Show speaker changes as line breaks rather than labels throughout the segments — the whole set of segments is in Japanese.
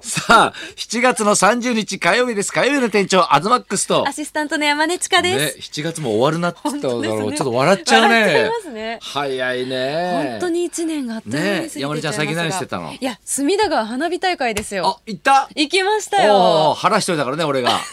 さあ、7月の30日火曜日です。火曜日の店長、アズマックスと
ア。シスタントの山根千佳
ね
です。、
7月も終わるなって言っただろう、
本当ですね
ちょっと笑っちゃうね。
笑っちゃいますね
早いね。
本当。に一年があっという間に過ぎていっちゃ
ね
いますが
山根ちゃん先何してたの
いや、隅田川花火大会です
あ
よ。、
行った
行きました
おー
よ。
腹一人だからね、俺が。
あそ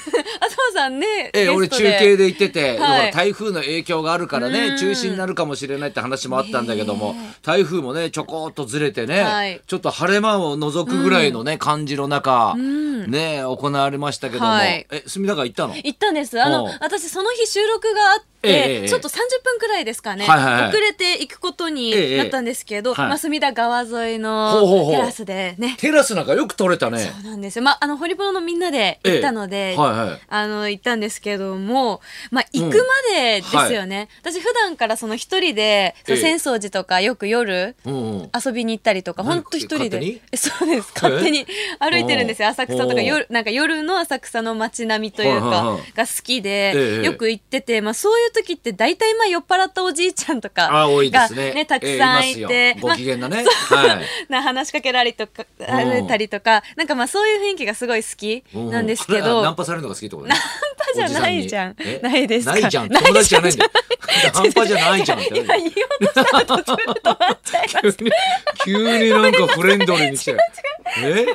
うさんね。
ええ、
ゲス
俺
ト
中継
で。
で行ってて、
はい
ほら台風の影響があるから
う
ね、
ん
中止になるかもしれないって話もあったんだけども、
ね
台風もね、ちょこっとずれてね、
はい
ちょっと晴れ間を除くぐらいのね、感じの中、
ん
ね、行われましたけども、
はい
え、隅田川行ったの
行ったんです。あの
おう、
私その日収録があっ
ええええ
て、ちょっと30分くらいですかね、
はいはいはい
遅れて行くこと
ええ
になったんですけど、
はい
まあ、隅田川沿
ほうほ
い
う
の
ほう
テラスでね。
テラスなんかよく撮れたね。
そうなんですよ。まあ、あの、ホリプロのみんなで行ったので、
ええはいはい
あの、行ったんですけども、まあ、行くまでですよね。私、普段からその一人で、その
ええ
浅草寺とかよく夜、
うんうん。
遊びに行ったりとか、
何
本当一人
勝手に
で。えそうです。勝手に歩いてるんですよ。浅草と
お
か
う
夜、なんか夜の浅草の街並みという
はいはい
か
はい、
が好き
え
で
え、
よく行ってて、まあそういう時って大体まあ酔っ払ったおじいちゃんとか
あ、多いで
が
すね。
ね、たくさん
ええ
い
ますよ
て、ま
ご
あ
機嫌なね。 はい。
な話しかけられとか、られたりとか、なんかまあそういう雰囲気がすごい好き
う
なんですけ
それはナン
ど、
パされるのが好きってことね。ナン
パじゃ ないじゃんないですか
ないじゃん。友達じゃないんだよ。 ナンパじゃないじゃんって。
今言おうとしたら途中で止まっち ゃいまし
急 に急になんかフレンドリーに来て。え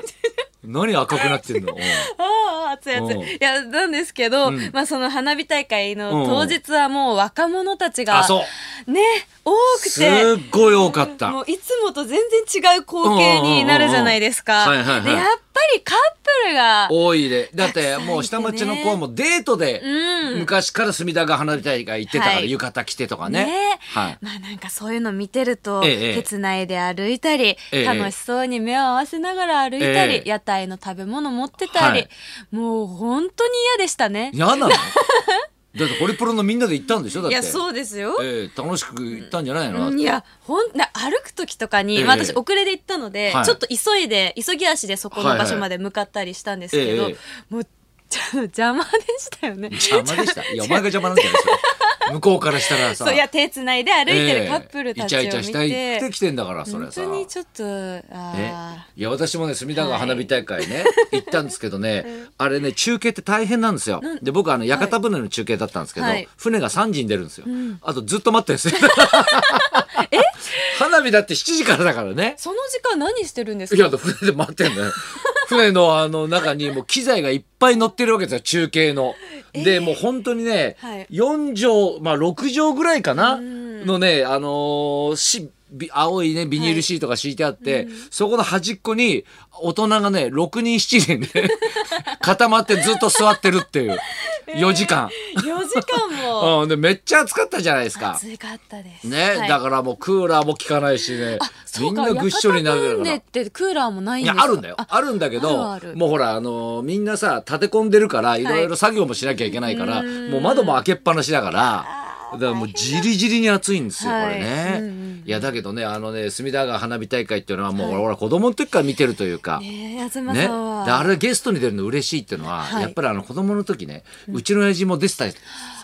何赤くなって んのう
た。ああ、熱い熱
うん
い。いや、なんですけど、
ん
まあその花火大会
う
の
ん
当日はもう若者たち
んあ、
が、
そう。
ね、多く、
すってごい多かった。
もういつもと全然違う光景になるじゃないですか。
うんうんうんうんはいはいはい
でやっぱりカップルが、
多いで。だって
たくさんいてね
もう下町の子はもうデートで、
うん
昔から隅田川花火大会行ってたから、
はい
浴衣着てとか
ね
ね。はい。
まあなんかそういうの見てると、
ええ
手つないで歩いたり、
ええ
楽しそうに目を合わせながら歩いたり、
ええ
屋台の食べ物持ってた
は
り、
い
もう本当に嫌でしたね。
嫌なのだってホリプロのみんなで行ったんでしょだっ
い
て。
や、そうですよ。
ええ楽しく行ったんじゃないのだっ
うん
て
いやほんな歩く時とかに、
ええ
まあ、私遅れで行ったので、
はい
ちょっと急いで急ぎ足でそこの場所まで向かったりしたんですけど、
はいはいえ
もうちょっと邪魔でしたよね。
邪魔でした。いや、お前が邪魔なんじゃないですか。向こうからしたらさ。
そういや手つないで歩いて
ええ
るカップルたちを見
イチャイチャしたい
て、
って来てんだから、それ
本
さ。
当にちょっと
ね
あー、
いや私もね隅田川花火大会ね、 行ったんですけどね、あれね中継って大変なんですよ
なん
で僕あの屋形船の中継だったんですけど、
はい
船が3時に出るんですよ、あとずっと待ってるんですよ 花火だって7時からだからね
その時間何してるんです
い
か
やだ船で待ってんだ よ船のあの中にもう機材がいっぱい乗ってるわけですよ中継の。で、もう本当にね、
はい
4畳まあ6畳ぐらいかな、
うん
のねあのーしび青いねビニールシートが敷いてあって、そこの端っこに大人がね6人7人で 固まってずっと座ってるっていう4時間、
4時間も
うん、でめっちゃ暑かったじゃないですか。
暑かったです。
ね、
はい
だからもうクーラーも効かないしねみ
そ
ん
うか
なぐっしょりになる
屋
か
形
ら
船ってクーラーもないん
い
です
や
か
あるんだよあるんだけど
あるある
もうほらあのーみんなさ立て込んでるからいろいろ作業もしなきゃいけないから、もう窓も開けっぱなしだからだからもうじりじりに暑いんですよ、
はい
これね、
うんうん
いやだけどねあのね隅田川花火大会っていうのはもう、ほら子供の時から見てるというか。
ねえ、東さんは。
ね、であれゲストに出るの嬉しいっていうのは、
はい
やっぱりあの子供の時ね、うちの親父も出てたり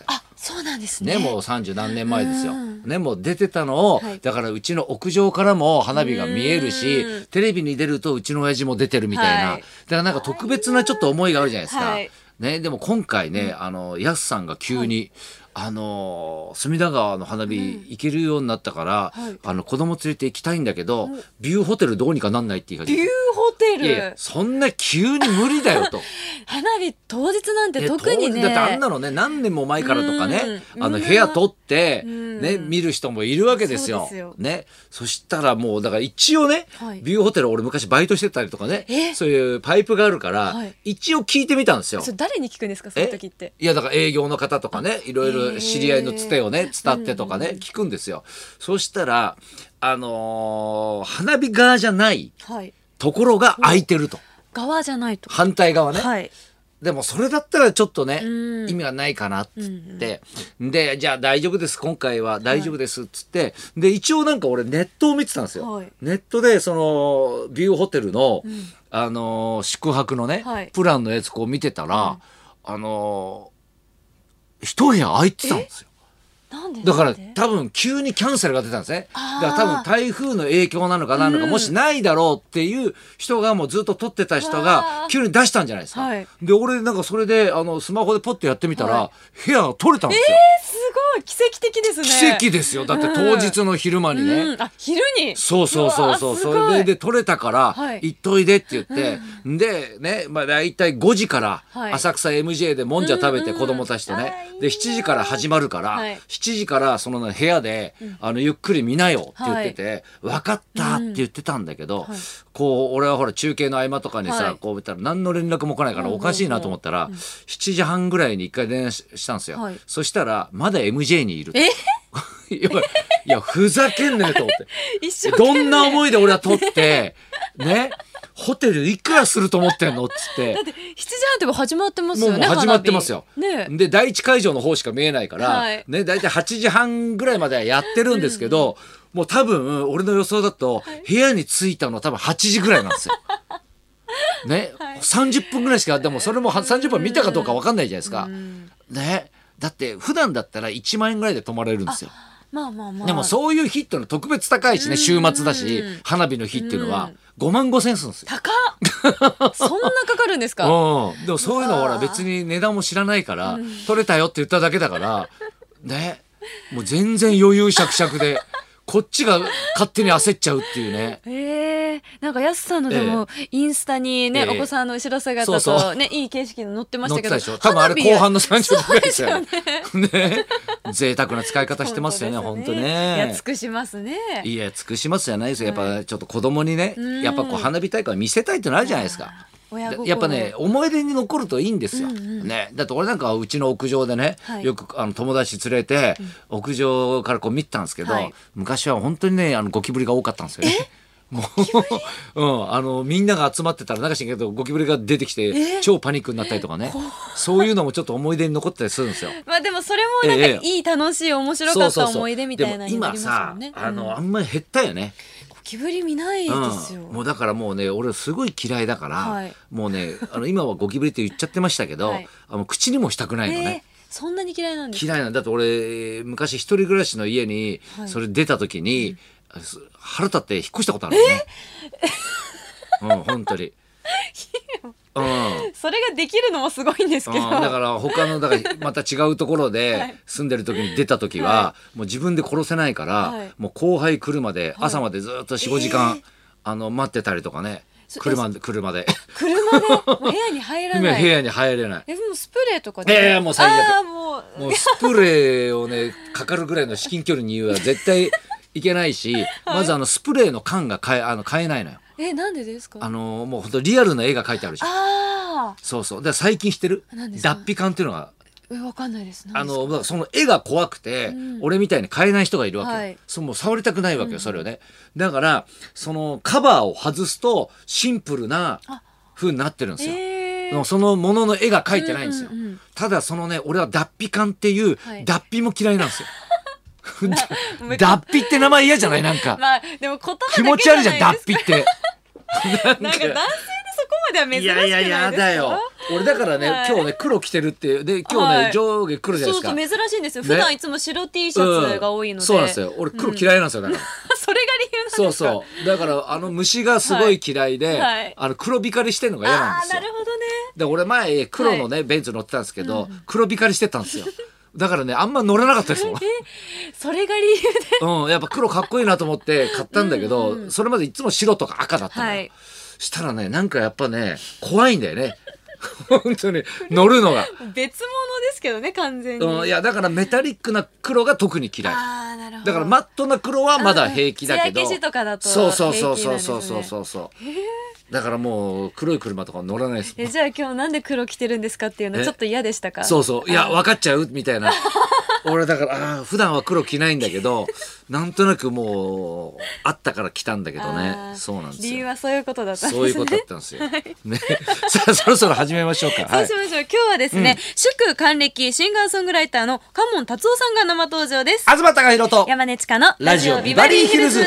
あ、そうなんですね。
ね、もう三十何年前ですよ。
うん
ね、もう出てたのを、
はい
だからうちの屋上からも花火が見えるし
うん、
テレビに出るとうちの親父も出てるみたいな、
はい
だからなんか特別なちょっと思いがあるじゃないですか。
はい
ね、でも今回ね、あの、やすさんが急に、あのー隅田川の花火行けるようになったから、
はい
あの子供連れて行きたいんだけど、ビューホテルどうにかなんないって言い始
ビュ
め
ーホテ
ていやいや
ル。
そんな急に無理だ よと。
花火当日なん
い
て
や
特に
当然
ね。
だってあんなのね何年も前からとかね
うん
あの
みんな
部屋取って、
うん
ね、見る人もいるわけですよ。
そうですよ
ね、そしたらもうだから一応ね、
はい
ビューホテル俺昔バイトしてたりとかね
え
そういうパイプがあるから、
はい
一応聞いてみたんですよ
そ。れ誰に聞くんですか、そういう時って。
いやだから営業の方とかねいろいろ知り合いのつてを
へ
ね
ー
伝ってとかね聞くんですよ。そしたらあのー花火側じゃない
はい。
ところが空いてると
側じゃないと。
反対側ね。
はい。
でもそれだったらちょっとね、
うん
意味がないかなっつって、でじゃあ大丈夫です今回は大丈夫ですっつって、で一応なんか俺ネットを見てたんですよ、
はい
ネットでそのビューホテルの、あのー宿泊のね、
はい
プランのやつこう見てたら、あのー一部屋空いてたんですよ。
なんで
だから
なんで
多分急にキャンセルが出たんですね。
あー
だから多分台風の影響なのかなのか、
うん
もしないだろうっていう人がもうずっと撮ってた人
わ
が
ー
急に出したんじゃないですか。
はい
で、俺なんかそれであのスマホでポッとやってみたら、
は
部屋が撮れたんですよ。
すごい奇跡的ですね
奇跡ですよ。だって当日の昼間にね。
うん、あ昼に
そうそうそうそう
わあす
そ
ごい
れでで取れたから、
はい
行っといでって言って、でね、まあ、大体5時から
はい
浅草 MJ でもんじゃ食べて
うんうん
子供たちとね、
あーいいな
で7時から始まるから、
はい
7時からその、ね、部屋で、あのゆっくり見なよって言ってて、分かったって言ってたんだけど、
はい
こう俺はほら中継の合間とかにさ、
はい
こう見たら何の連絡も来ないから
うん
おかしいなと思ったら、7時半ぐらいに1回電話ししたんですよ、
はい
そしたらまだ MJ にいるって
え
いやいやふざけんなよと思って。
一生懸
ど
命
んな思いで俺は取って、ね、ホテルいくらすると思ってんのっつって
だっ。て7時半ってもう始まってます
もう
よ
もう
ね
始まってますよ。
花火ねえ
で第一会場の方しか見えないから、
はい
ね大体8時半ぐらいまではやってるんですけど、もう多分俺の予想だと部屋に着いたの多分8時ぐらいなん ですよ。ね、
はい
30分ぐらいしかでもそれもは30分見たかどうか分かんないじゃないですか
う。ん
ねだって普段だったら1万円ぐらいで泊まれるんですよ。
まあまあまあ
でもそういう日ってのは特別高いしね、
うん
週末だし
うん、
花火の日っていうのは、5万5千円するんですよ。
高っそんなかかるんですか
うん。でもそういうのはほら
うわー
別に値段も知らないから、取れたよって言っただけだから、ね。もう全然余裕しゃくしゃくで、 こっちが勝手に焦っちゃうっていうね。
ええなんかやすさんのでも、インスタにね、
ええ
お子さんの後ろ姿と
そうそう
ねいい景色の載ってまし
乗ったて
け
た
ど
でしょ多分あれ
花火
後半の30分ぐらいですよね
そうですよね。
ね。贅沢な使い方してますよね、本当
いや
ね
尽。くしますね。
いや、尽くしますじゃないですよ。やっぱちょっと子供にね
う、ん
やっぱこう花火大会見せたいってのあるじゃないですか。
親心
やっぱね思い出に残るといいんですよ、
うんうん
ね、だって俺なんかはうちの屋上でね、
はい
よくあの友達連れて、屋上からこう見てたんですけど、
はい
昔は本当にねあのゴキブリが多かったんですよね。も う、うん、あのみんなが集まってたらなんかしんけどゴキブリが出てきて
え
超パニックになったりとかねそういうのもちょっと思い出に残ったりするんですよ。
まあでもそれもなんか、
ええ
いい楽しい面白かった思い出みたいなの
で
に
も
な
今
ります
さ
よね。
あの、
うん
あんまり減ったよね。
ゴキブリ見ないですよ。
うん、もうだからもうね俺すごい嫌いだから、
はい
もうねあの今はゴキブリって言っちゃってましたけど、
はい
あの口にもしたくないの
え
ね。
えそんなに嫌いなんですか。
嫌いなんだって俺昔一人暮らしの家に
はい
それ出た時に、す腹立って引っ越したことあるのね。うん本 当に。うん、
それができるのもすごいんですけど。
うんだから他のだから また違うところ
は
で
い
住んでる時に出た時は、
は
もう自分で殺せないから、
はい
もう後輩来るまで朝までずっと45、
はい
時間、
えー
あの待ってたりとかね
そ
車で車で
車でもう部屋に入ら
今
な い。
部屋に入れない。
えもうスプレーとか
いやいやもう最悪
ああもう
もうスプレーをねかかるぐらいの至近距離に言うは絶対いけないし、まずあのスプレーの缶が買えあの買えないのよ。
えなんでですか。
あのもう本当リアルな絵が描いてあるじゃん。
あ
そうそう。で最近してる
何ですか
脱皮缶っていうのが
あ、わかんないです。
あ
何ですか
のだからその絵が怖くて、
うん
俺みたいに買えない人がいるわけよ、
はい
そうもう触りたくないわけよ、それをねだからそのカバーを外すとシンプルな
あ
風になってるんですよ、
ええ
でもそのものの絵が描いてないんですよ、
うんうんうん
ただそのね俺は脱皮感っていう
はい
脱皮も嫌いなんです よ、
めっちゃ
脱皮って名前嫌じゃないなんか、
まあでも言葉だけ
気持ち悪いじゃん
ないで
脱
す
皮って
か なんか男性でそこまでは珍し
い
くな
や
い
いや
ですか。
やだよ俺だからね、
はい
今日ね黒着てるっていうで今日ね、
はい
上下黒じゃない
そ
で
う
す
そ
か
う珍しいんですよ。
ね
普段いつも白 T シャツが多いので。
うんそうなんですよ俺黒嫌いなんですよだから、
それが理由なんですか。
そうそう。だから、あの虫がすごい嫌いで、
はいはい
あの黒光りしてるのが嫌な
あ
ん
あ
です
な
よ
る。ほどね。
で、俺前、黒のね、ベンツ乗ってたんですけど、黒光りしてたんですよ。だからね、あんま乗らなかった ですも
それが理由で。
ん。うん、やっぱ黒かっこいいなと思って買ったんだけど、
うんうん
それまでいつも白とか赤だったのよ、
はい
したらね、なんかやっぱね、怖いんだよね。 本当に、乗るの が。
別物ですけどね完全に。
うん、いや、だからメタリックな黒が特に嫌い。
ああなるほ
だ
ど。
からマットな黒はまだ平気だけど。
うん艶消しとかだと
そうそう
平気な
そ
ん
う
です
そ
ね
うそうそうそうそう。だからもう黒い車とか乗らないです。
えじゃあ今日なんで黒着てるんですかっていうの
え
ちょっと嫌でしたか。
そうそう。いや、分かっちゃうみたいな。 俺だから、あー普段は黒着ないんだけど、なんとなくもう、あったから着たんだけど
あ
ね。
ー
そうなんです
理由
よ。
はそういうことだったんです
そ
ね。
ういうことだったんです よ。ね。さあ、そろそろ始めましょうか。
そ
は
う
い
し。ましょう。今日はですね、祝還暦シンガーソングライターのカモン達夫さんが生登場です。
東貴弘と。
山根千佳の
ラ
ラ
ジ
ジ
オ
オ
ビ
ビ
バ
バ
リ
リ
ー
ー
ヒ
ヒ
ル
ル
ズ
ズ。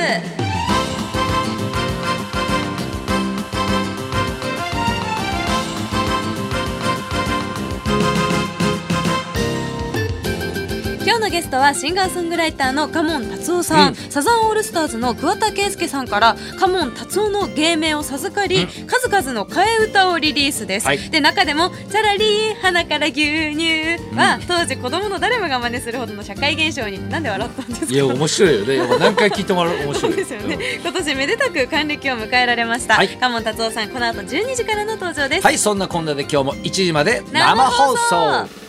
今日ののゲストはシンガーソングライターのカモン達夫さん、
うん
サザンオールスターズの桑田佳祐さんからカモン達夫の芸名を授かり、数々の替え歌をリリースです、
はい
で中でも「チャラリー花から牛乳は」当時子供の誰もが真似するほどの社会現象になんで笑ったんですか
いや面白いよねやっぱ何回聞いてもらう面
そ
白
う
い
ですよね、今年めでたく還暦を迎えられました、
はい
カモン達夫さんこの後12時からの登場で
うん
す、
はいそんなこんなで今日も1時まで生放
生放
送
送